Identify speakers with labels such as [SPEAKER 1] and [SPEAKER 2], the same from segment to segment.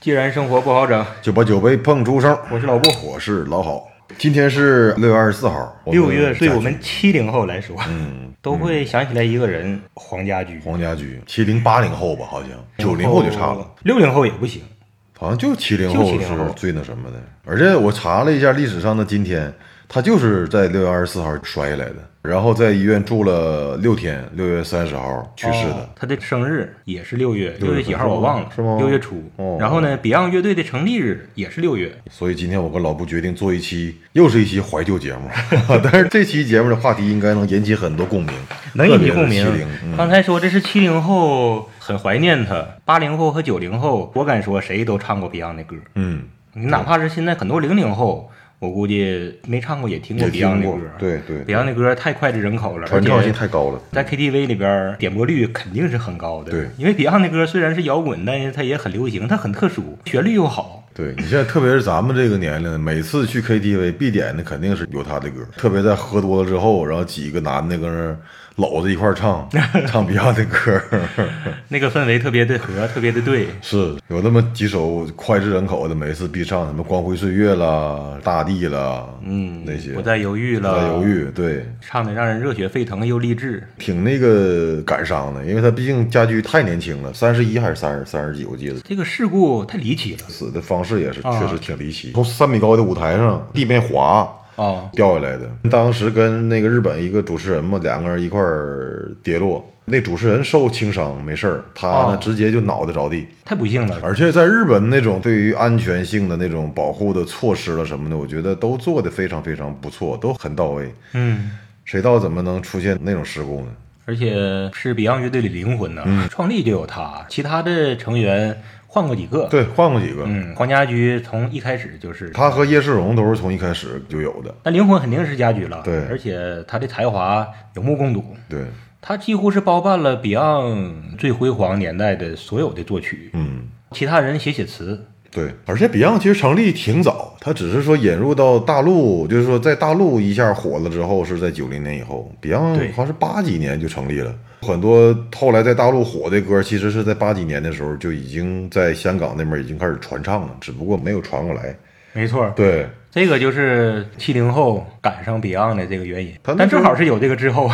[SPEAKER 1] 既然生活不好整，
[SPEAKER 2] 就把酒杯碰出声。
[SPEAKER 1] 我是老布。
[SPEAKER 2] 我是老郝，今天是六月二十四号，我们
[SPEAKER 1] 六月对
[SPEAKER 2] 在
[SPEAKER 1] 我们七零后来说，
[SPEAKER 2] 嗯，
[SPEAKER 1] 都会想起来一个人——黄家驹。
[SPEAKER 2] 黄家驹，七零八零后吧，好像
[SPEAKER 1] 哦
[SPEAKER 2] 九零后就差了，，
[SPEAKER 1] 六零后也不行。
[SPEAKER 2] 好像就七零后
[SPEAKER 1] 就70
[SPEAKER 2] 是
[SPEAKER 1] 后
[SPEAKER 2] 最那什么的。而且我查了一下历史上的今天，他就是在六月二十四号摔下来的，然后在医院住了六天，六月三十号去世的。
[SPEAKER 1] 哦他的生日也是六月，
[SPEAKER 2] 六月
[SPEAKER 1] 六月几号我忘了，
[SPEAKER 2] 是吗
[SPEAKER 1] 六月初
[SPEAKER 2] 哦。
[SPEAKER 1] 然后呢，Beyond 乐队的成立日也是六月。
[SPEAKER 2] 所以今天我跟老布决定做一期，又是一期怀旧节目。 但是这期节目的话题应该能引起很多共鸣，
[SPEAKER 1] 能引起共
[SPEAKER 2] 特别是70
[SPEAKER 1] 鸣。
[SPEAKER 2] 嗯
[SPEAKER 1] 刚才说这是七零后很怀念他，八零后和九零后，我敢说谁都唱过 Beyond 的歌。
[SPEAKER 2] 嗯，
[SPEAKER 1] 你哪怕是现在很多零零后，我估计没唱过也听过
[SPEAKER 2] 也听
[SPEAKER 1] Beyond 的
[SPEAKER 2] 过
[SPEAKER 1] 歌。，
[SPEAKER 2] 对对，
[SPEAKER 1] ，Beyond 的歌太脍炙人口了，而
[SPEAKER 2] 传唱性
[SPEAKER 1] 且
[SPEAKER 2] 太高了。
[SPEAKER 1] 在 KTV 里边点播率肯定是很高的。
[SPEAKER 2] 对
[SPEAKER 1] 因为 Beyond 的歌虽然是摇滚，但是它也很流行，它很特殊，旋律又好。
[SPEAKER 2] 对你现在，特别是咱们这个年龄，每次去 KTV 必点的肯定是有他的歌，特别在喝多了之后，然后几个男的搁那儿搂着一块儿 唱唱 Beyond 的歌，
[SPEAKER 1] 那个氛围特别的合，特别的对。
[SPEAKER 2] 是有那么几首脍炙人口的，每次必唱，什么《光辉岁月》啦，《大地》啦，
[SPEAKER 1] 嗯，
[SPEAKER 2] 那些
[SPEAKER 1] 不再犹豫
[SPEAKER 2] 不
[SPEAKER 1] 了，
[SPEAKER 2] 再犹，豫，对，
[SPEAKER 1] 唱的让人热血沸腾又励志。
[SPEAKER 2] 挺那个感伤的，因为他毕竟家驹太年轻了，三十一还是三十三十几，我记得。
[SPEAKER 1] 这个事故太离奇了
[SPEAKER 2] 死的方式也是
[SPEAKER 1] 啊
[SPEAKER 2] 确实挺离奇，从三米高的舞台上地面滑，
[SPEAKER 1] 啊！
[SPEAKER 2] 掉下来的。当时跟那个日本一个主持人嘛，两个人一块儿跌落。那主持人受轻伤没事儿，他呢、
[SPEAKER 1] 哦
[SPEAKER 2] 直接就脑袋着地。
[SPEAKER 1] 太不幸了。
[SPEAKER 2] 而且在日本那种对于安全性的那种保护的措施了什么的，我觉得都做得非常非常不错，都很到位。
[SPEAKER 1] 嗯，
[SPEAKER 2] 谁道怎么能出现那种事故呢？
[SPEAKER 1] 而且是 Beyond 乐队的灵魂呢，
[SPEAKER 2] 嗯
[SPEAKER 1] 创立就有他，其他的成员换过几个。，
[SPEAKER 2] 对，换过几个，
[SPEAKER 1] 嗯，黄家驹从一开始就是
[SPEAKER 2] 他和叶世荣都是从一开始就有的。
[SPEAKER 1] 那灵魂肯定是家驹了，
[SPEAKER 2] 对
[SPEAKER 1] 而且他的才华有目共睹，
[SPEAKER 2] 对，
[SPEAKER 1] 他几乎是包办了 Beyond 最辉煌年代的所有的作曲，
[SPEAKER 2] 嗯。
[SPEAKER 1] 其他人写写词，
[SPEAKER 2] 对，而且 Beyond 其实成立挺早，它只是说引入到大陆，就是说在大陆一下火了之后，是在九零年以后，Beyond
[SPEAKER 1] 对
[SPEAKER 2] 好像是八几年就成立了。很多后来在大陆火的歌，其实是在八几年的时候就已经在香港那边已经开始传唱了，只不过没有传过来。
[SPEAKER 1] 没错，
[SPEAKER 2] 对，
[SPEAKER 1] 这个就是七零后赶上 Beyond 的这个原因，
[SPEAKER 2] 他那
[SPEAKER 1] 但
[SPEAKER 2] 时候
[SPEAKER 1] 正好是有这个之后，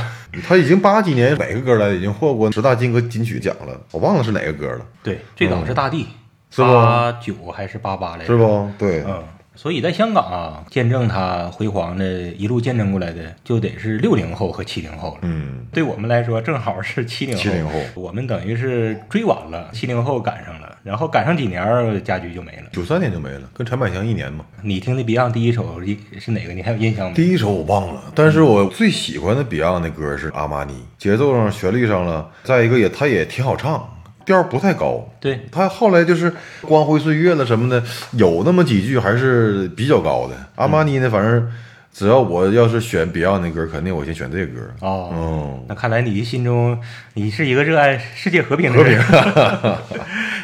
[SPEAKER 2] 他已经八几年每个歌来已经获过十大金歌金曲奖了，我忘了是哪个歌了，
[SPEAKER 1] 对，最早是大地，
[SPEAKER 2] 是
[SPEAKER 1] 八
[SPEAKER 2] 吧
[SPEAKER 1] 九还是八八来着
[SPEAKER 2] 是？不？对，
[SPEAKER 1] 嗯，所以在香港啊，见证他辉煌的一路见证过来的，就得是六零后和七零后了。
[SPEAKER 2] 嗯，
[SPEAKER 1] 对我们来说，正好是七零
[SPEAKER 2] 70后
[SPEAKER 1] 我们等于是追晚了，七零后赶上了，然后赶上几年儿家驹就没了。
[SPEAKER 2] 九三年就没了，跟陈百强一年嘛。
[SPEAKER 1] 你听的 Beyond 第一首是哪个？你还有印象吗？
[SPEAKER 2] 第一首我忘了，但是我最喜欢的 Beyond 的歌是《阿玛尼》，节奏上、旋律上了，再一个也它也挺好唱，调儿不太高。
[SPEAKER 1] 对，
[SPEAKER 2] 它后来就是《光辉岁月》了什么的，有那么几句还是比较高的。阿玛尼呢，反正只要我要是选 Beyond 的歌，肯定我先选这歌。
[SPEAKER 1] 哦，
[SPEAKER 2] 嗯，
[SPEAKER 1] 那看来你心中你是一个热爱世界和平的人。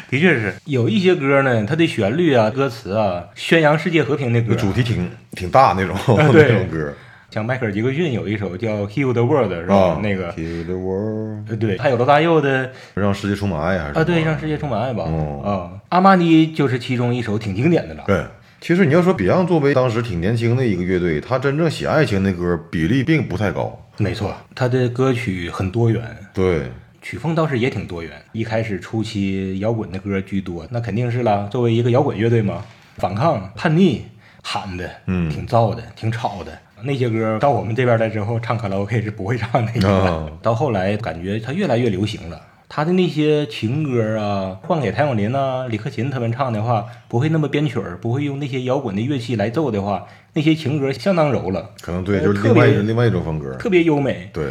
[SPEAKER 1] 的确是有一些歌呢，它的旋律啊、歌词啊，宣扬世界和平的歌
[SPEAKER 2] 那
[SPEAKER 1] 啊，
[SPEAKER 2] 主题挺挺大那种、
[SPEAKER 1] 对
[SPEAKER 2] 那种歌
[SPEAKER 1] 像迈克尔·杰克逊有一首叫《Heal the World》，是
[SPEAKER 2] 哦
[SPEAKER 1] 吧？那个
[SPEAKER 2] Heal the World，
[SPEAKER 1] 呃，对，还有罗大佑的
[SPEAKER 2] 让世界充满爱还是
[SPEAKER 1] 啊，对，
[SPEAKER 2] 什么
[SPEAKER 1] 让世界充满爱吧。
[SPEAKER 2] 哦
[SPEAKER 1] 啊，阿玛尼就是其中一首挺经典的了。
[SPEAKER 2] 对，其实你要说 Beyond 作为当时挺年轻的一个乐队，他真正写爱情的歌比例并不太高。
[SPEAKER 1] 没错，他的歌曲很多元，
[SPEAKER 2] 对，
[SPEAKER 1] 曲风倒是也挺多元。一开始初期摇滚的歌居多，那肯定是啦。作为一个摇滚乐队嘛，反抗、叛逆、喊的，
[SPEAKER 2] 嗯
[SPEAKER 1] 挺燥的，挺吵的。那些歌到我们这边来之后，唱卡拉 OK 是不会唱那个。
[SPEAKER 2] 啊
[SPEAKER 1] 到后来感觉它越来越流行了。他的那些情歌啊，换给谭咏麟啊、李克勤他们唱的话，不会那么编曲儿，不会用那些摇滚的乐器来奏的话，那些情歌相当柔了，
[SPEAKER 2] 可能对，
[SPEAKER 1] 呃
[SPEAKER 2] 就是
[SPEAKER 1] 特
[SPEAKER 2] 另外一
[SPEAKER 1] 别
[SPEAKER 2] 另外一种风格。
[SPEAKER 1] 特别优美。
[SPEAKER 2] 对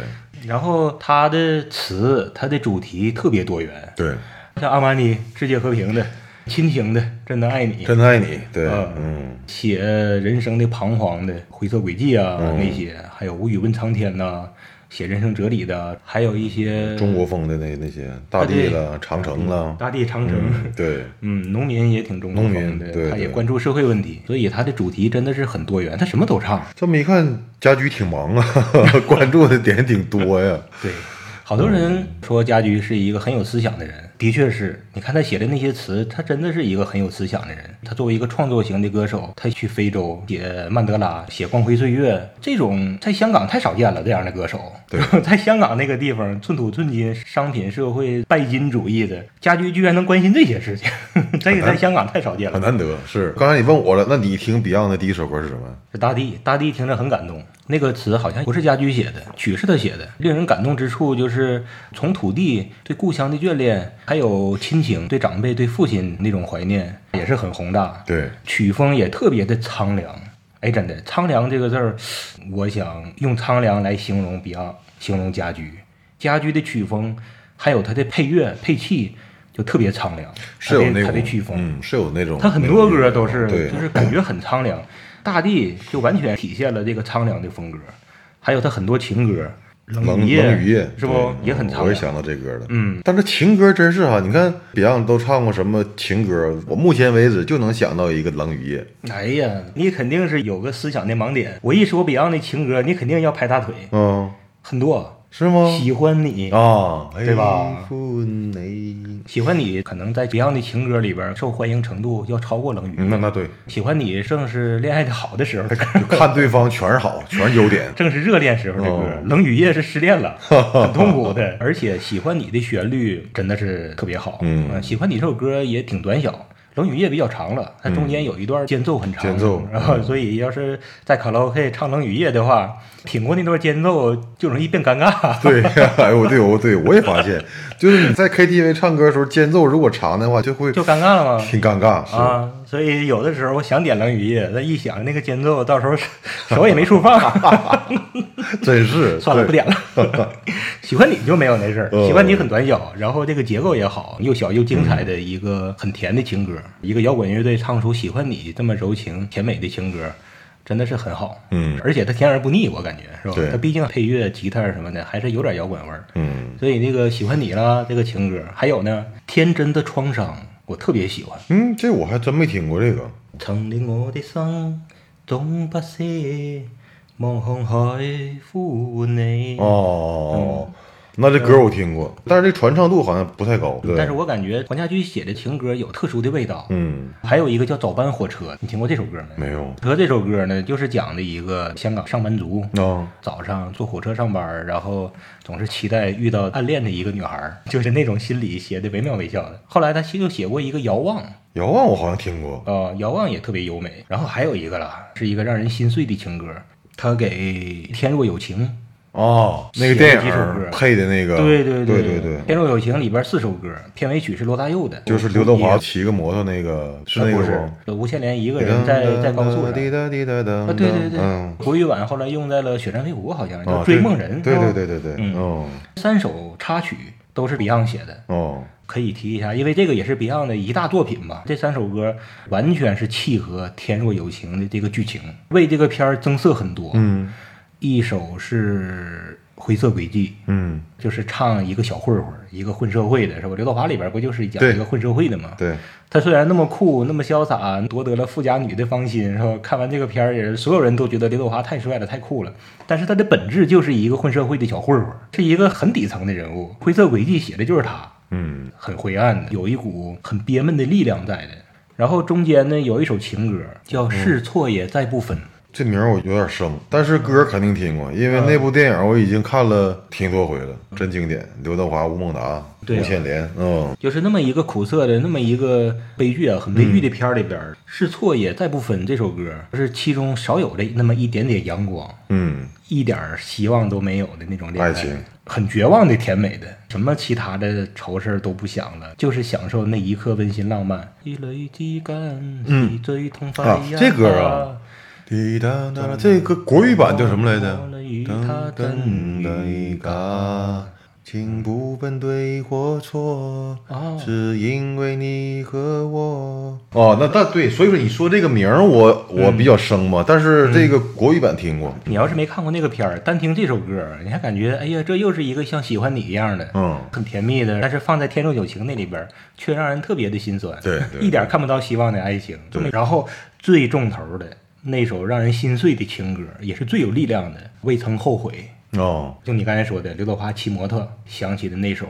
[SPEAKER 1] 然后他的词、他的主题特别多元，
[SPEAKER 2] 对，
[SPEAKER 1] 像阿玛尼、世界和平的、亲情的、真的爱你，
[SPEAKER 2] 真爱你，对，
[SPEAKER 1] 啊
[SPEAKER 2] 嗯，
[SPEAKER 1] 写人生的彷徨的灰色轨迹啊、
[SPEAKER 2] 嗯
[SPEAKER 1] 那些，还有无语问苍天呐、写人生哲理的，还有一些
[SPEAKER 2] 中国风的那那些大
[SPEAKER 1] 啊
[SPEAKER 2] 地
[SPEAKER 1] 对
[SPEAKER 2] 了、长城了，
[SPEAKER 1] 大地长城。
[SPEAKER 2] 嗯对，
[SPEAKER 1] 嗯，农民也挺中国
[SPEAKER 2] 农
[SPEAKER 1] 风
[SPEAKER 2] 民
[SPEAKER 1] 的，
[SPEAKER 2] 对
[SPEAKER 1] 他也
[SPEAKER 2] 对
[SPEAKER 1] 关注社会问题，所以他的主题真的是很多元，他什么都唱。
[SPEAKER 2] 这么一看，家驹挺忙啊， 关注的点挺多呀。
[SPEAKER 1] 对，好多人说家驹是一个很有思想的人，的确是，你看他写的那些词，他真的是一个很有思想的人。他作为一个创作型的歌手，他去非洲写曼德拉、写光辉岁月，这种在香港太少见了。这样的歌手，
[SPEAKER 2] 对
[SPEAKER 1] 在香港那个地方寸土寸金、商品社会、拜金主义的家居，居然能关心这些事情， 这个在香港太少见
[SPEAKER 2] 很
[SPEAKER 1] 了。
[SPEAKER 2] 难得。是，刚才你问我了，那你听 Beyond 的第一首歌是什么？
[SPEAKER 1] 这大地，大地听着很感动。那个词好像不是家驹写的，曲是他写的。令人感动之处就是从土地对故乡的眷恋，还有亲情对长辈、对父亲那种怀念，也是很宏大。
[SPEAKER 2] 对，
[SPEAKER 1] 曲风也特别的苍凉。哎，真的，苍凉这个字儿，我想用苍凉来形容 Beyond，形容家驹。家驹的曲风，还有它的配乐配器，就特别苍凉。
[SPEAKER 2] 是有那
[SPEAKER 1] 它的它的
[SPEAKER 2] 种
[SPEAKER 1] 曲，风，
[SPEAKER 2] 嗯，是有那种。
[SPEAKER 1] 它很多歌都是，
[SPEAKER 2] 对
[SPEAKER 1] 就，是感觉很苍 凉。大地就完全体现了这个苍凉的风格，还有他很多情歌，
[SPEAKER 2] 冷
[SPEAKER 1] 雨夜，
[SPEAKER 2] 冷雨夜
[SPEAKER 1] 是不
[SPEAKER 2] 对
[SPEAKER 1] 也很
[SPEAKER 2] 我
[SPEAKER 1] 苍
[SPEAKER 2] 也
[SPEAKER 1] 凉？
[SPEAKER 2] 想到这歌了。
[SPEAKER 1] 嗯，
[SPEAKER 2] 但是情歌真是哈、你看 Beyond 都唱过什么情歌，我目前为止就能想到一个《冷雨夜》。
[SPEAKER 1] 哎呀，你肯定是有个思想的盲点。我一说 Beyond 的情歌，你肯定要拍大腿，
[SPEAKER 2] 嗯，
[SPEAKER 1] 很多。
[SPEAKER 2] 是吗？
[SPEAKER 1] 喜欢你，
[SPEAKER 2] 啊，
[SPEAKER 1] 对吧
[SPEAKER 2] 喜欢你
[SPEAKER 1] 喜欢你可能在 Beyond 的情歌里边受欢迎程度要超过冷雨。
[SPEAKER 2] 嗯那那对，
[SPEAKER 1] 喜欢你正是恋爱的好的时 候的歌，。
[SPEAKER 2] 就看对方全是好， 全是优点
[SPEAKER 1] 正是热恋时候的歌。
[SPEAKER 2] 哦
[SPEAKER 1] 冷雨夜是失恋 了，很痛苦的。而且喜欢你的旋律真的是特别好。呃
[SPEAKER 2] 嗯
[SPEAKER 1] 喜欢你这首歌也挺短小。冷雨夜比较长了，它中间有一段嗯间奏很嗯长，
[SPEAKER 2] 间奏
[SPEAKER 1] 然后所以要是在卡拉 OK 唱冷雨夜的话，挺过那段间奏就容易变尴 尬。
[SPEAKER 2] 对， 哎我对我对我也发现，就是你在 KTV 唱歌的时候，间奏如果长的话，就会
[SPEAKER 1] 就尴尬了吗？
[SPEAKER 2] 挺尴尬。是，
[SPEAKER 1] 啊，所以有的时候我想点冷雨夜，但一想那个间奏，到时候手也没处放、
[SPEAKER 2] 真 是
[SPEAKER 1] 算了，不
[SPEAKER 2] 对
[SPEAKER 1] 点了。 喜欢你就没有那事儿，
[SPEAKER 2] 嗯
[SPEAKER 1] 喜欢你很短小，然后这个结构也好，又小又精彩的一个很甜的情歌，一个摇滚乐队唱出喜欢你这么柔情甜美的情歌，真的是很好。
[SPEAKER 2] 嗯
[SPEAKER 1] 而且它甜而不腻，我感觉是吧
[SPEAKER 2] 对？
[SPEAKER 1] 它毕竟配乐、吉他什么的还是有点摇滚味儿。
[SPEAKER 2] 嗯
[SPEAKER 1] 所以那个喜欢你啦，这个情歌，还有呢，天真的创伤，我特别喜欢。
[SPEAKER 2] 嗯，这我还真没听过这个。
[SPEAKER 1] 曾令我的心總不息，望向海呼喚你。嗯
[SPEAKER 2] 哦，那这歌我听过，但是这传唱度好像不太高。对，
[SPEAKER 1] 嗯但是我感觉黄家驹写的情歌有特殊的味道。
[SPEAKER 2] 嗯，
[SPEAKER 1] 还有一个叫《早班火车》，你听过这首歌没？
[SPEAKER 2] 没有
[SPEAKER 1] 火车这首歌呢，就是讲的一个香港上班族。
[SPEAKER 2] 啊，
[SPEAKER 1] 早上坐火车上班，然后总是期待遇到暗恋的一个女孩， 就是那种心理写的惟妙惟肖的。后来他又写过一个《遥望》，
[SPEAKER 2] 遥望啊我好像听过。
[SPEAKER 1] 呃，遥望也特别优美。然后还有一个啦，是一个让人心碎的情歌，他给《天若有情》
[SPEAKER 2] 哦，那个
[SPEAKER 1] 写
[SPEAKER 2] 电
[SPEAKER 1] 了几
[SPEAKER 2] 影
[SPEAKER 1] 首
[SPEAKER 2] 儿
[SPEAKER 1] 歌
[SPEAKER 2] 配的那个，
[SPEAKER 1] 对
[SPEAKER 2] 对
[SPEAKER 1] 对
[SPEAKER 2] 对
[SPEAKER 1] 《天若有情》里边四首歌，片尾曲是罗大佑的，
[SPEAKER 2] 就是刘德华骑个摩托那个，是那
[SPEAKER 1] 不
[SPEAKER 2] 个
[SPEAKER 1] 是
[SPEAKER 2] 吗？
[SPEAKER 1] 吴倩莲一个人在在高速上。
[SPEAKER 2] 滴答滴答答。
[SPEAKER 1] 啊，对对对
[SPEAKER 2] 嗯，，
[SPEAKER 1] 国语版后来用在了《雪山飞狐》，好像叫
[SPEAKER 2] 啊
[SPEAKER 1] 《追梦人》
[SPEAKER 2] 对对
[SPEAKER 1] 是吧，
[SPEAKER 2] 对对对，
[SPEAKER 1] 嗯
[SPEAKER 2] 哦
[SPEAKER 1] 三首插曲都是 Beyond 写的，
[SPEAKER 2] 哦，
[SPEAKER 1] 可以提一下，因为这个也是 Beyond 的一大作品吧。这三首歌完全是契合《天若有情》的这个剧情，为这个片儿增色很多。
[SPEAKER 2] 嗯
[SPEAKER 1] 一首是《灰色轨迹》，
[SPEAKER 2] 嗯，
[SPEAKER 1] 就是唱一个小混混儿，一个混社会的，是吧？刘德华里边不就是讲
[SPEAKER 2] 对
[SPEAKER 1] 一个混社会的吗？
[SPEAKER 2] 对，
[SPEAKER 1] 他虽然那么酷，那么潇洒，夺得了富家女的芳心，是吧？看完这个片儿，也是所有人都觉得刘德华太帅了，太酷了。但是他的本质就是一个混社会的小混混，是一个很底层的人物。灰色轨迹写的就是他，
[SPEAKER 2] 嗯
[SPEAKER 1] 很灰暗的，有一股很憋闷的力量在的。然后中间呢有一首情歌叫《是错也再不分》，
[SPEAKER 2] 这名儿我有点生，但是歌肯定听过，因为那部电影我已经看了挺多回了，真经典。刘德华、吴孟达、
[SPEAKER 1] 对啊
[SPEAKER 2] 吴倩莲，嗯，
[SPEAKER 1] 就是那么一个苦涩的，那么一个悲剧啊，很悲剧的片儿里边，是错也再不分》这首歌，就是其中少有的那么一点点阳光，
[SPEAKER 2] 嗯，
[SPEAKER 1] 一点儿希望都没有的那种恋爱，
[SPEAKER 2] 爱情
[SPEAKER 1] 很绝望的甜美的，什么其他的愁事儿都不想了，就是享受那一刻温馨浪漫。一泪既干，是最痛快
[SPEAKER 2] 嗯啊
[SPEAKER 1] 呀
[SPEAKER 2] 这歌啊，滴答答，这个国语版叫什么来着？噔噔的嘎，请不分对或错，
[SPEAKER 1] 哦
[SPEAKER 2] 只因为你和我。嗯哦，那那对，所以说你说这个名儿，我我比较生嘛，但是这个国语版听过，
[SPEAKER 1] 你要是没看过那个片儿，单听这首歌儿，你还感觉哎呀，这又是一个像喜欢你一样的，
[SPEAKER 2] 嗯
[SPEAKER 1] 很甜蜜的，但是放在《天若有情》那里边儿，却让人特别的心酸，
[SPEAKER 2] 对对
[SPEAKER 1] 一点儿看不到希望的爱情。
[SPEAKER 2] 对
[SPEAKER 1] 然后最重头的那首让人心碎的情歌，也是最有力量的《未曾后悔》。
[SPEAKER 2] 哦，
[SPEAKER 1] 就你刚才说的刘德华骑摩托响起的那首，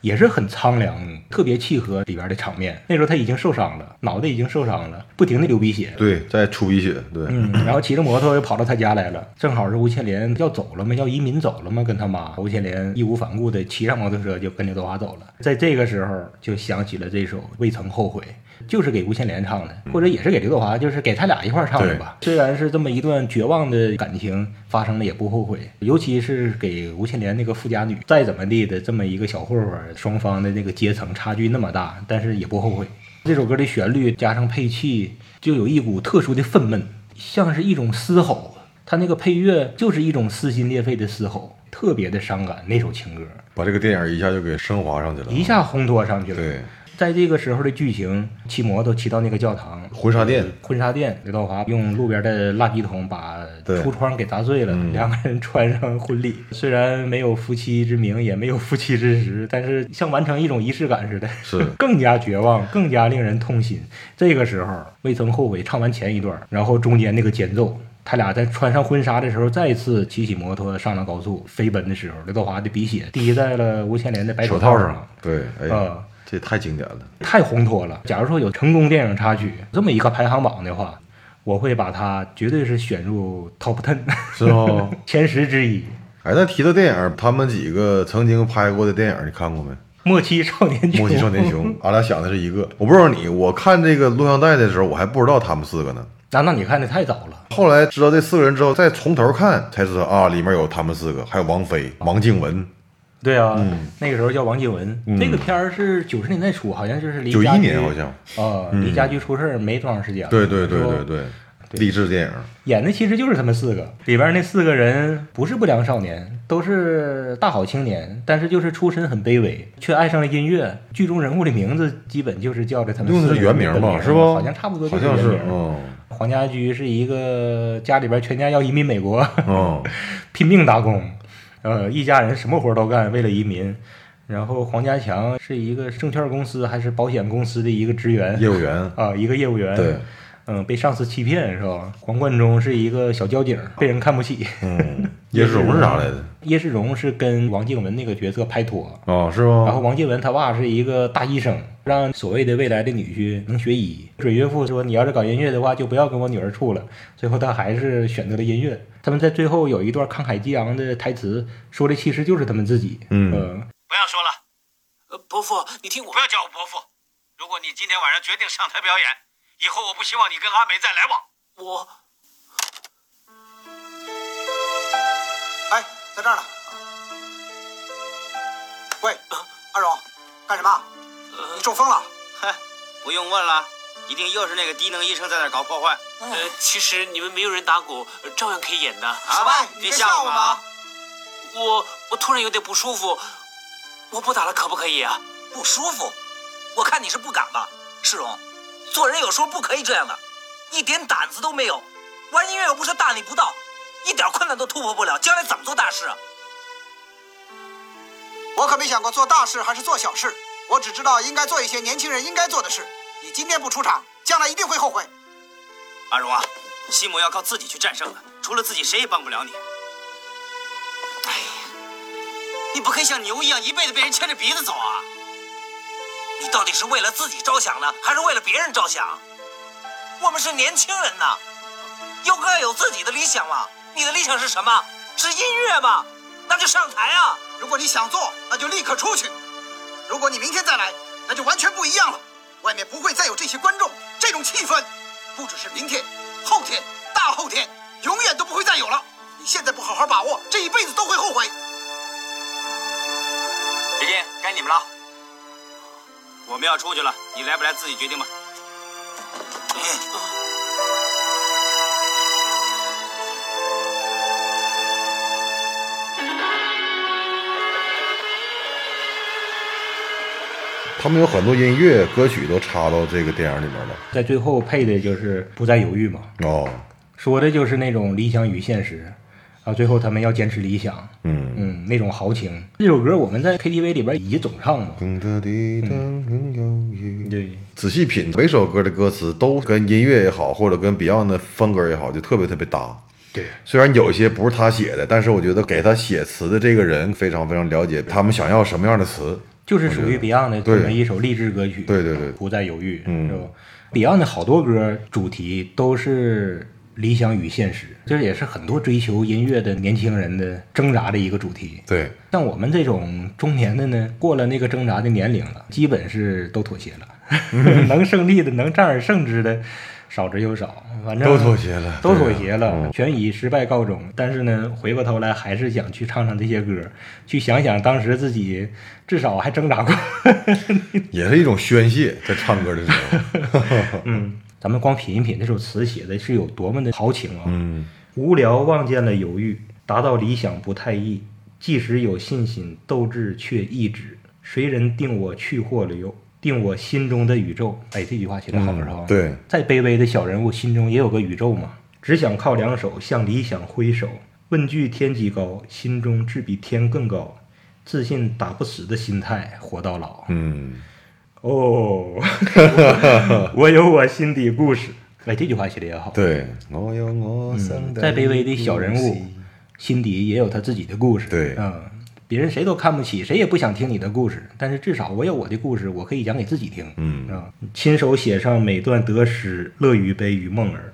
[SPEAKER 1] 也是很苍凉，特别契合里边的场面。那时候他已经受伤了，脑袋已经受伤了，不停的流鼻血。
[SPEAKER 2] 对，在出鼻血，对，
[SPEAKER 1] 嗯，然后骑着摩托又跑到他家来了，正好是吴倩莲要走了嘛，要移民走了嘛，跟他妈吴倩莲义无反顾的骑上摩托车就跟刘德华走了。在这个时候就想起了这首《未曾后悔》，就是给吴倩莲唱的，或者也是给刘德华，就是给他俩一块儿唱的吧。虽然是这么一段绝望的感情发生了，也不后悔。尤其是给吴倩莲那个富家女，再怎么地的这么一个小混混儿，双方的那个阶层差距那么大，但是也不后悔。这首歌的旋律加上配器，就有一股特殊的愤懑，像是一种嘶吼。它那个配乐就是一种撕心裂肺的嘶吼，特别的伤感。那首情歌
[SPEAKER 2] 把这个电影一下就给升华上去了，
[SPEAKER 1] 一下烘托上去了。
[SPEAKER 2] 嗯对，
[SPEAKER 1] 在这个时候的剧情，骑摩托骑到那个教堂，
[SPEAKER 2] 婚纱店，
[SPEAKER 1] 婚纱店，刘德华用路边的垃圾桶把
[SPEAKER 2] 对嗯
[SPEAKER 1] 橱窗给砸碎了，两个人穿上婚礼。虽然没有夫妻之名，也没有夫妻之实，但是像完成一种仪式感似的，
[SPEAKER 2] 是
[SPEAKER 1] 更加绝望，更加令人痛心。这个时候，未曾后悔唱完前一段，然后中间那个间奏。他俩在穿上婚纱的时候，再次骑起摩托上了高速，飞奔的时候，刘德华的鼻血滴在了吴倩莲的白
[SPEAKER 2] 手
[SPEAKER 1] 套
[SPEAKER 2] 套上，对，哎，
[SPEAKER 1] 啊
[SPEAKER 2] 这太经典了，
[SPEAKER 1] 太烘托了。假如说有成功电影插曲这么一个排行榜的话，我会把它绝对是选入 top ten
[SPEAKER 2] 是吗？
[SPEAKER 1] 前十之一。
[SPEAKER 2] 哎，那提到电影，他们几个曾经拍过的电影，你看过没？
[SPEAKER 1] 莫欺少年
[SPEAKER 2] 《
[SPEAKER 1] 穷，
[SPEAKER 2] 莫欺少年穷》，俺俩想的是一个。我不知道你，我看这个录像带的时候，我还不知道他们四个呢。
[SPEAKER 1] 难道你看的太早了？
[SPEAKER 2] 后来知道这四个人之后，再从头看才知道啊，里面有他们四个，还有王菲、王静雯。
[SPEAKER 1] 对啊，
[SPEAKER 2] 嗯
[SPEAKER 1] 那个时候叫王静雯，那个片儿是九十年代初，好像就是离
[SPEAKER 2] 九一
[SPEAKER 1] 家
[SPEAKER 2] 年
[SPEAKER 1] 驹
[SPEAKER 2] 好像，嗯
[SPEAKER 1] 啊，离家驹出事儿没多长时间了。
[SPEAKER 2] 对对对对
[SPEAKER 1] 说，
[SPEAKER 2] 对，励志电影。
[SPEAKER 1] 演的其实就是他们四个，里边那四个人不是不良少年，都是大好青年，但是就是出身很卑微，却爱上了音乐。剧中人物的名字基本就是叫着他们
[SPEAKER 2] 用
[SPEAKER 1] 四
[SPEAKER 2] 的
[SPEAKER 1] 个
[SPEAKER 2] 是
[SPEAKER 1] 人
[SPEAKER 2] 原
[SPEAKER 1] 的
[SPEAKER 2] 名吧？
[SPEAKER 1] 本
[SPEAKER 2] 是不？
[SPEAKER 1] 好像差不多就
[SPEAKER 2] 好像
[SPEAKER 1] 原
[SPEAKER 2] 是
[SPEAKER 1] 名。，
[SPEAKER 2] 嗯
[SPEAKER 1] 黄家驹是一个家里边全家要移民美国，
[SPEAKER 2] 嗯，
[SPEAKER 1] 拼命打工，呃，一家人什么活都干，为了移民。然后黄家强是一个证券公司还是保险公司的一个职员
[SPEAKER 2] 嗯业务员。
[SPEAKER 1] 啊、一个业务员。
[SPEAKER 2] 对，
[SPEAKER 1] 嗯，被上司欺骗是吧？黄贯中是一个小交警，
[SPEAKER 2] 哦
[SPEAKER 1] 被人看不起。
[SPEAKER 2] 嗯，叶世荣是啥来的？
[SPEAKER 1] 叶世荣是跟王静文那个角色拍拖，
[SPEAKER 2] 啊，是
[SPEAKER 1] 然后
[SPEAKER 2] 吗？
[SPEAKER 1] 王静文他爸是一个大医生，让所谓的未来的女婿能学医。准岳父说：“你要是搞音乐的话，就不要跟我女儿处了。”最后他还是选择了音乐。他们在最后有一段慷慨激昂的台词，说的其实就是他们自己。
[SPEAKER 2] 嗯
[SPEAKER 1] 呃
[SPEAKER 3] 不要说了，呃，伯父，你听我，不要叫我伯父。如果你今天晚上决定上台表演，以后我不希望你跟阿美再来往。我，
[SPEAKER 4] 哎，在这儿呢。喂，呃二荣，干什么？你中风了？
[SPEAKER 3] 嗨，不用问了，一定又是那个低能医生在那儿搞破坏。
[SPEAKER 5] 呃，其实你们没有人打鼓，呃照样可以演的。
[SPEAKER 4] 小
[SPEAKER 3] 啊
[SPEAKER 4] 白，你
[SPEAKER 3] 别
[SPEAKER 4] 别
[SPEAKER 3] 吓
[SPEAKER 4] 吓
[SPEAKER 3] 我
[SPEAKER 4] 我
[SPEAKER 3] 们
[SPEAKER 4] 们
[SPEAKER 3] 啊
[SPEAKER 4] 啊！
[SPEAKER 5] 我我突然有点不舒服，我不打了可不可以啊？
[SPEAKER 3] 不舒服，我看你是不敢吧，世荣。做人有时候不可以这样的，一点胆子都没有。玩音乐又不是大逆不道，一点困难都突破不了，将来怎么做大事啊？
[SPEAKER 4] 我可没想过做大事还是做小事，我只知道应该做一些年轻人应该做的事。你今天不出场，将来一定会后悔。
[SPEAKER 3] 阿荣啊，西蒙要靠自己去战胜的，除了自己谁也帮不了你。哎呀，你不可以像牛一样一辈子被人牵着鼻子走啊！你到底是为了自己着想呢，还是为了别人着想？我们是年轻人呐，又该有自己的理想嘛。你的理想是什么？是音乐吗？那就上台啊！
[SPEAKER 4] 如果你想做，那就立刻出去；如果你明天再来，那就完全不一样了。外面不会再有这些观众，这种气氛，不只是明天、后天、大后天，永远都不会再有了。你现在不好好把握，这一辈子都会后悔。
[SPEAKER 3] 铁定，该你们了。我们要出去了，你来不来自己决定吧。
[SPEAKER 2] 他们有很多音乐歌曲都插到这个电影里面了。
[SPEAKER 1] 在最后配的就是不再犹豫嘛，
[SPEAKER 2] 哦，
[SPEAKER 1] 说的就是那种理想与现实。啊，最后他们要坚持理想，
[SPEAKER 2] 嗯。
[SPEAKER 1] 嗯，那种豪情。这首歌我们在 KTV 里边也总唱嘛，
[SPEAKER 2] 噔哒滴噔噔有一
[SPEAKER 1] 对，
[SPEAKER 2] 仔细品每首歌的歌词都跟音乐也好，或者跟 Beyond 的风格也好，就特别特别搭。
[SPEAKER 1] 对，
[SPEAKER 2] 虽然有些不是他写的，但是我觉得给他写词的这个人非常非常了解他们想要什么样的词。
[SPEAKER 1] 就是属于 Beyond 的这么一首励志歌曲。
[SPEAKER 2] 对对对
[SPEAKER 1] 不再犹豫，
[SPEAKER 2] 嗯
[SPEAKER 1] 是吧？Beyond 的好多歌主题都是理想与现实，这也是很多追求音乐的年轻人的挣扎的一个主题。
[SPEAKER 2] 对，
[SPEAKER 1] 像我们这种中年的呢，过了那个挣扎的年龄了，基本是都妥协了，
[SPEAKER 2] 嗯
[SPEAKER 1] 能胜利的、能战而胜之的少之又少，反正
[SPEAKER 2] 都妥协了
[SPEAKER 1] 都
[SPEAKER 2] 对啊
[SPEAKER 1] 妥协了，全以失败告终。但是呢，回过头来还是想去唱唱这些歌，去想想当时自己至少还挣扎过。
[SPEAKER 2] 也是一种宣泄，在唱歌的时候。
[SPEAKER 1] 嗯， 咱们光品一品这首词写的是有多么的豪情啊！
[SPEAKER 2] 嗯，
[SPEAKER 1] 无聊望见了犹豫，达到理想不太易。即使有信心，斗志却意志。谁人定我去或留？定我心中的宇宙。哎，这句话写的好，是吧、
[SPEAKER 2] 嗯对，
[SPEAKER 1] 再卑微的小人物心中也有个宇宙嘛。只想靠两手向理想挥手，问句天几高，心中志比天更高。自信打不死的心态，活到老。
[SPEAKER 2] 嗯，
[SPEAKER 1] 哦， 我有我心底故事。哎，这句话写的也好。
[SPEAKER 2] 对，我有我生的
[SPEAKER 1] 再卑微的小人物，心底也有他自己的故事。
[SPEAKER 2] 对
[SPEAKER 1] 嗯，别人谁都看不起，谁也不想听你的故事，但是至少我有我的故事，我可以讲给自己听。
[SPEAKER 2] 嗯
[SPEAKER 1] 啊，亲手写上每段得失，乐于悲于梦儿。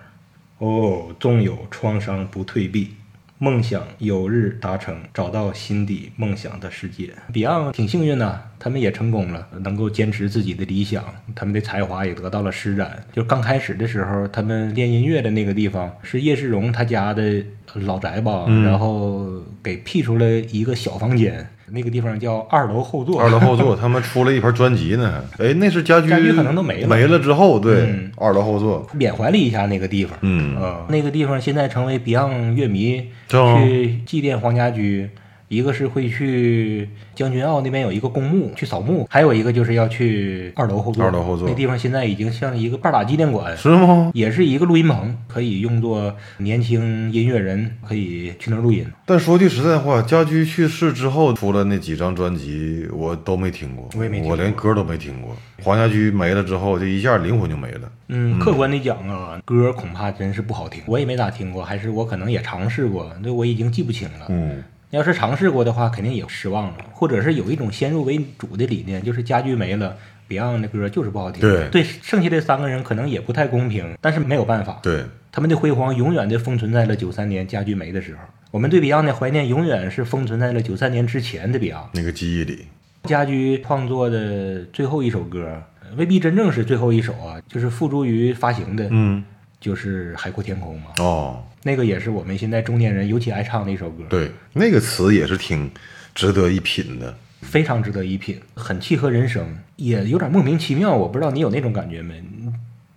[SPEAKER 1] 哦，纵有创伤不退避，梦想有日达成，找到心底梦想的世界。Beyond 挺幸运呐、他们也成功了，能够坚持自己的理想，他们的才华也得到了施展。就刚开始的时候，他们练音乐的那个地方是叶世荣他家的老宅吧，
[SPEAKER 2] 嗯
[SPEAKER 1] 然后给辟出来一个小房间，那个地方叫二楼后座。
[SPEAKER 2] 二楼后座，他们出了一盘专辑呢。哎，那是家居，
[SPEAKER 1] 家居可能都没了
[SPEAKER 2] 没了之后，对，
[SPEAKER 1] 嗯
[SPEAKER 2] 二楼后座，
[SPEAKER 1] 缅怀了一下那个地方，
[SPEAKER 2] 嗯
[SPEAKER 1] 呃那个地方现在成为 Beyond 乐迷
[SPEAKER 2] 对哦
[SPEAKER 1] 去祭奠黄家驹，一个是会去将军澳那边有一个公墓去扫墓，还有一个就是要去二楼后座。
[SPEAKER 2] 二楼后座
[SPEAKER 1] 那地方现在已经像一个半打纪念馆，
[SPEAKER 2] 是吗？
[SPEAKER 1] 也是一个录音棚，可以用作年轻音乐人可以去那儿录音。嗯
[SPEAKER 2] 但说句实在话，家驹去世之后出了那几张专辑，我都没听过，
[SPEAKER 1] 我也没听过
[SPEAKER 2] 连歌都没听过。黄家驹没了之后，这一下灵魂就没了。
[SPEAKER 1] 嗯，客观的讲啊，歌恐怕真是不好听，我也没咋听过，还是我可能也尝试过，那我已经记不清了。
[SPEAKER 2] 嗯，
[SPEAKER 1] 要是尝试过的话，肯定也失望了，或者是有一种先入为主的理念，就是家具没了，Beyond 的歌就是不好听。
[SPEAKER 2] 对
[SPEAKER 1] 剩下的三个人可能也不太公平，但是没有办法，
[SPEAKER 2] 对，
[SPEAKER 1] 他们的辉煌永远的封存在了九三年家具没的时候。我们对 Beyond 的怀念永远是封存在了九三年之前的 Beyond。
[SPEAKER 2] 那个记忆里，
[SPEAKER 1] 家驹创作的最后一首歌，呃未必真正是最后一首啊，就是付诸于发行的，
[SPEAKER 2] 嗯，
[SPEAKER 1] 就是《海阔天空》嘛。
[SPEAKER 2] 哦，
[SPEAKER 1] 那个也是我们现在中年人尤其爱唱的一首歌。
[SPEAKER 2] 对，那个词也是挺值得一品的。
[SPEAKER 1] 非常值得一品，很契合人生，也有点莫名其妙。我不知道你有那种感觉没？嗯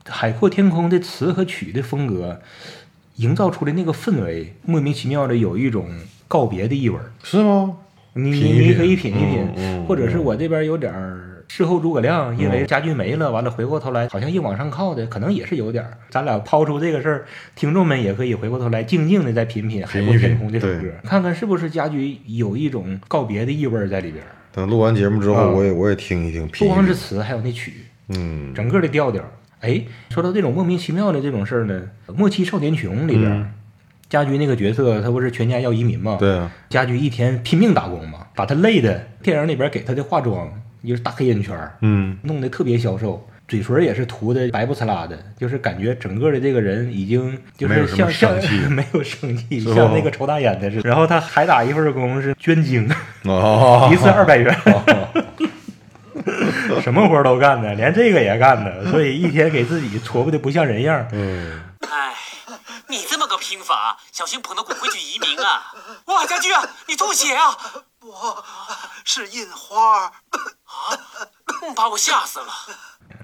[SPEAKER 1] 海阔天空的词和曲的风格，营造出的那个氛围，莫名其妙的有一种告别的意味儿。
[SPEAKER 2] 是吗？
[SPEAKER 1] 你
[SPEAKER 2] 嗯品一
[SPEAKER 1] 你你
[SPEAKER 2] 品
[SPEAKER 1] 可以品一品，
[SPEAKER 2] 嗯嗯
[SPEAKER 1] 或者是我这边有点儿事后诸葛亮，因为家具没了，完了回过头来好像硬往上靠的，可能也是有点儿。咱俩抛出这个事儿，听众们也可以回过头来静静的再品品《海
[SPEAKER 2] 品一
[SPEAKER 1] 阔天
[SPEAKER 2] 品
[SPEAKER 1] 空》这首
[SPEAKER 2] 对
[SPEAKER 1] 歌，看看是不是家具有一种告别的意味儿在里边儿。
[SPEAKER 2] 等录完节目之后，
[SPEAKER 1] 啊
[SPEAKER 2] 我也我也听一听，品
[SPEAKER 1] 不
[SPEAKER 2] 一
[SPEAKER 1] 光是
[SPEAKER 2] 品
[SPEAKER 1] 词，还有那曲，
[SPEAKER 2] 嗯，
[SPEAKER 1] 整个的调调。哎，说到这种莫名其妙的这种事儿呢，《莫欺少年穷》里边，家驹那个角色，他不是全家要移民吗？，
[SPEAKER 2] 嗯对啊，
[SPEAKER 1] 家驹一天拼命打工嘛，把他累的，电影里边给他的化妆就是大黑眼圈儿，
[SPEAKER 2] 嗯，
[SPEAKER 1] 弄得特别消瘦。嘴唇也是涂的白不呲啦的，就是感觉整个的这个人已经就
[SPEAKER 2] 没
[SPEAKER 1] 是
[SPEAKER 2] 有什
[SPEAKER 1] 像
[SPEAKER 2] 么
[SPEAKER 1] 像
[SPEAKER 2] 生气
[SPEAKER 1] 没有生气，
[SPEAKER 2] 是吧
[SPEAKER 1] 像那个抽大烟的似的。然后他还打一份工是捐精，
[SPEAKER 2] 哦，
[SPEAKER 1] 一次二百元， 什么活儿都干呢，连这个也干呢，所以一天给自己搓不的不像人样儿。
[SPEAKER 2] 嗯
[SPEAKER 5] 哎，你这么个拼法，小心捧到骨灰去移民 啊！哇，家驹啊，你吐血啊！
[SPEAKER 4] 是印花儿。
[SPEAKER 5] 啊把我吓死了！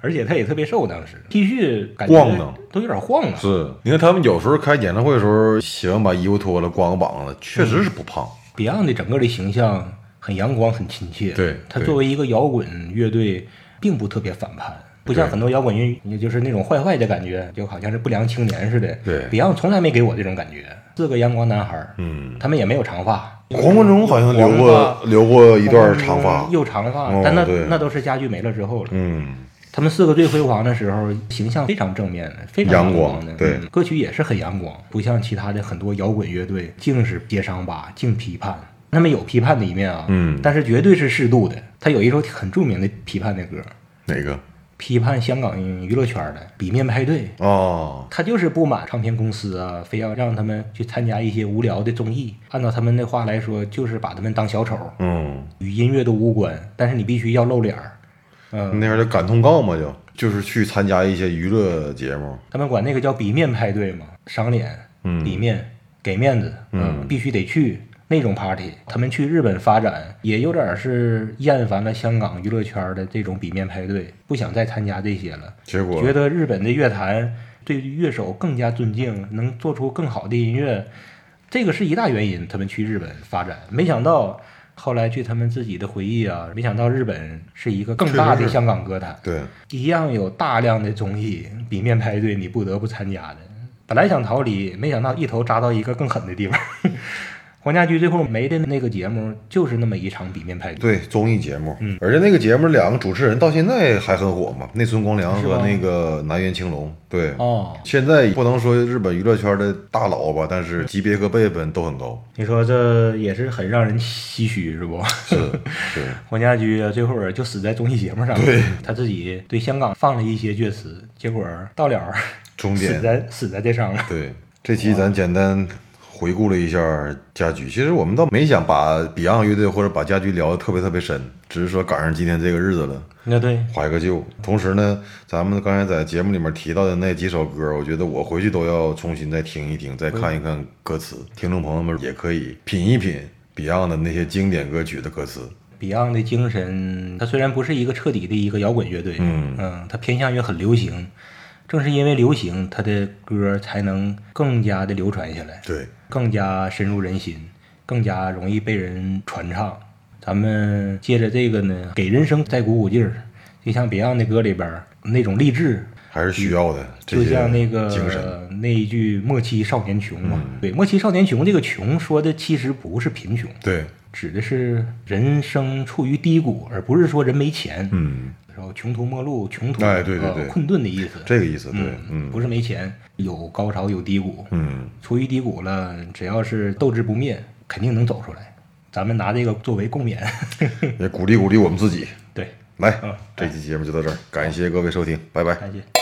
[SPEAKER 1] 而且他也特别瘦，当时 T 恤感
[SPEAKER 2] 晃
[SPEAKER 1] 觉
[SPEAKER 2] 荡
[SPEAKER 1] 都有点晃啊了。
[SPEAKER 2] 是，你看他们有时候开演唱会的时候，喜欢把衣服脱了，光个膀子，确实是不胖。
[SPEAKER 1] Beyond 的整个的形象很阳光、很亲切。
[SPEAKER 2] 对
[SPEAKER 1] 他
[SPEAKER 2] 对
[SPEAKER 1] 作为一个摇滚乐队，并不特别反叛，不像
[SPEAKER 2] 对
[SPEAKER 1] 很多摇滚乐，也就是那种坏坏的感觉，就好像是不良青年似的。
[SPEAKER 2] 对
[SPEAKER 1] ，Beyond 从来没给我这种感觉。四个阳光男孩儿，
[SPEAKER 2] 嗯，
[SPEAKER 1] 他们也没有长发。
[SPEAKER 2] 黄贯中好像留
[SPEAKER 1] 嗯黄
[SPEAKER 2] 过留过一段长发，
[SPEAKER 1] 嗯又长发，
[SPEAKER 2] 哦
[SPEAKER 1] 但那
[SPEAKER 2] 对
[SPEAKER 1] 那都是家具没了之后了。
[SPEAKER 2] 嗯，
[SPEAKER 1] 他们四个最辉煌的时候，形象非常正面，非常
[SPEAKER 2] 阳光
[SPEAKER 1] 光的。
[SPEAKER 2] 对
[SPEAKER 1] 嗯歌曲也是很阳光，不像其他的很多摇滚乐队，净是揭伤疤，净批判。他们有批判的一面啊，
[SPEAKER 2] 嗯
[SPEAKER 1] 但是绝对是适度的。他有一首很著名的批判的歌，
[SPEAKER 2] 哪个？
[SPEAKER 1] 批判香港娱乐圈的《比面派对》，
[SPEAKER 2] 哦，
[SPEAKER 1] 他就是不满唱片公司啊，非要让他们去参加一些无聊的综艺。按照他们的话来说，就是把他们当小丑，
[SPEAKER 2] 嗯，
[SPEAKER 1] 与音乐都无关，但是你必须要露脸儿。嗯，
[SPEAKER 2] 那会儿就赶通告嘛，就就是去参加一些娱乐节目，
[SPEAKER 1] 他们管那个叫比面派对嘛，赏脸，
[SPEAKER 2] 嗯
[SPEAKER 1] 比面给面子，
[SPEAKER 2] 嗯
[SPEAKER 1] 必须得去那种 party。他们去日本发展，也有点儿是厌烦了香港娱乐圈的这种比面派对，不想再参加这些了，
[SPEAKER 2] 结果
[SPEAKER 1] 觉得日本的乐坛对乐手更加尊敬，能做出更好的音乐，这个是一大原因。他们去日本发展，没想到。后来据他们自己的回忆啊，没想到日本是一个更大
[SPEAKER 2] 确
[SPEAKER 1] 的
[SPEAKER 2] 实是
[SPEAKER 1] 香港歌坛，
[SPEAKER 2] 对，
[SPEAKER 1] 一样有大量的综艺比面派对你不得不参加的。本来想逃离，没想到一头扎到一个更狠的地方。黄家驹最后没的那个节目就是那么一场比面派对，
[SPEAKER 2] 对综艺节目，
[SPEAKER 1] 嗯
[SPEAKER 2] 而且那个节目两个主持人到现在还很火嘛，内村光良
[SPEAKER 1] 是
[SPEAKER 2] 和
[SPEAKER 1] 吗
[SPEAKER 2] 那个南原晴龙，对，
[SPEAKER 1] 哦，
[SPEAKER 2] 现在不能说日本娱乐圈的大佬吧，但是级别和辈分都很高，
[SPEAKER 1] 你说这也是很让人唏嘘，是不？
[SPEAKER 2] 是是，
[SPEAKER 1] 黄家驹啊，最后就死在综艺节目上，
[SPEAKER 2] 对
[SPEAKER 1] 他自己对香港放了一些厥词，结果到了儿
[SPEAKER 2] 终
[SPEAKER 1] 死
[SPEAKER 2] 点，
[SPEAKER 1] 在死在这上了。
[SPEAKER 2] 对，这期咱简单回顾了一下家驹，其实我们倒没想把 Beyond 乐队或者把家驹聊得特别特别深，只是说赶上今天这个日子了。
[SPEAKER 1] 那对，
[SPEAKER 2] 怀个旧。同时呢，咱们刚才在节目里面提到的那几首歌，我觉得我回去都要重新再听一听，再
[SPEAKER 1] 嗯
[SPEAKER 2] 看一看歌词。听众朋友们也可以品一品 Beyond 的那些经典歌曲的歌词。
[SPEAKER 1] Beyond 的精神，它虽然不是一个彻底的一个摇滚乐队，
[SPEAKER 2] 嗯
[SPEAKER 1] 它偏向于很流行。正是因为流行，它的歌才能更加的流传下来，
[SPEAKER 2] 对，
[SPEAKER 1] 更加深入人心，更加容易被人传唱。咱们借着这个呢，给人生再鼓鼓劲儿。就像 Beyond 的歌里边儿那种励志，
[SPEAKER 2] 还是需要的。这
[SPEAKER 1] 就
[SPEAKER 2] 些
[SPEAKER 1] 像那个
[SPEAKER 2] 精神，嗯
[SPEAKER 1] 那一句“莫欺少年穷”嘛。对，“莫欺少年穷”这个“穷”说的其实不是贫穷，
[SPEAKER 2] 对，
[SPEAKER 1] 指的是人生处于低谷，而不是说人没钱，
[SPEAKER 2] 嗯，
[SPEAKER 1] 然后穷途末路、穷途
[SPEAKER 2] 哎对对
[SPEAKER 1] 呃
[SPEAKER 2] 对
[SPEAKER 1] 困顿的意思。
[SPEAKER 2] 这个意思。对，
[SPEAKER 1] 嗯，
[SPEAKER 2] 嗯
[SPEAKER 1] 不是没钱，有高潮有低谷，
[SPEAKER 2] 嗯，
[SPEAKER 1] 处于低谷了，只要是斗志不灭，肯定能走出来。咱们拿这个作为共勉，
[SPEAKER 2] 也鼓励鼓励我们自己。
[SPEAKER 1] 对，嗯哎
[SPEAKER 2] 来，这期节目就到这儿，感谢各位收听，拜拜。
[SPEAKER 1] 感谢。